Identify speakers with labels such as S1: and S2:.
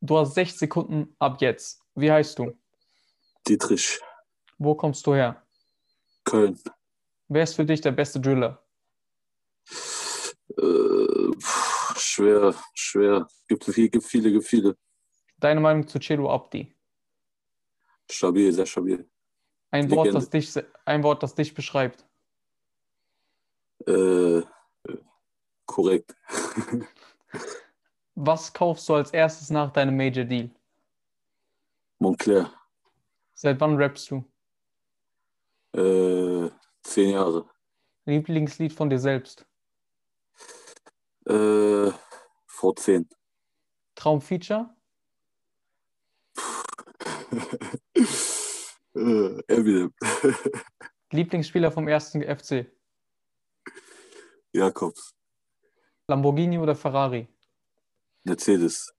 S1: Du hast sechs Sekunden ab jetzt. Wie heißt du?
S2: Dietrich,
S1: Wo kommst du her?
S2: Köln.
S1: Wer ist für dich der beste Driller?
S2: Äh, pf, schwer, schwer. Gibt, viel, gibt viele, gibt viele.
S1: Deine Meinung zu Celo Abdi?
S2: Stabil, sehr stabil.
S1: Ein Wort,
S2: Legende.
S1: das dich, se- ein Wort, das dich beschreibt.
S2: Äh, äh, korrekt.
S1: Was kaufst du als erstes nach deinem Major Deal?
S2: Montclair,
S1: Seit wann rappst du?
S2: äh, zehn Jahre.
S1: Lieblingslied von dir selbst?
S2: Äh, vor zehn.
S1: Traumfeature?
S2: äh, Eminem,
S1: Lieblingsspieler vom ersten FC?
S2: Jakobs,
S1: Lamborghini oder Ferrari?
S2: Mercedes,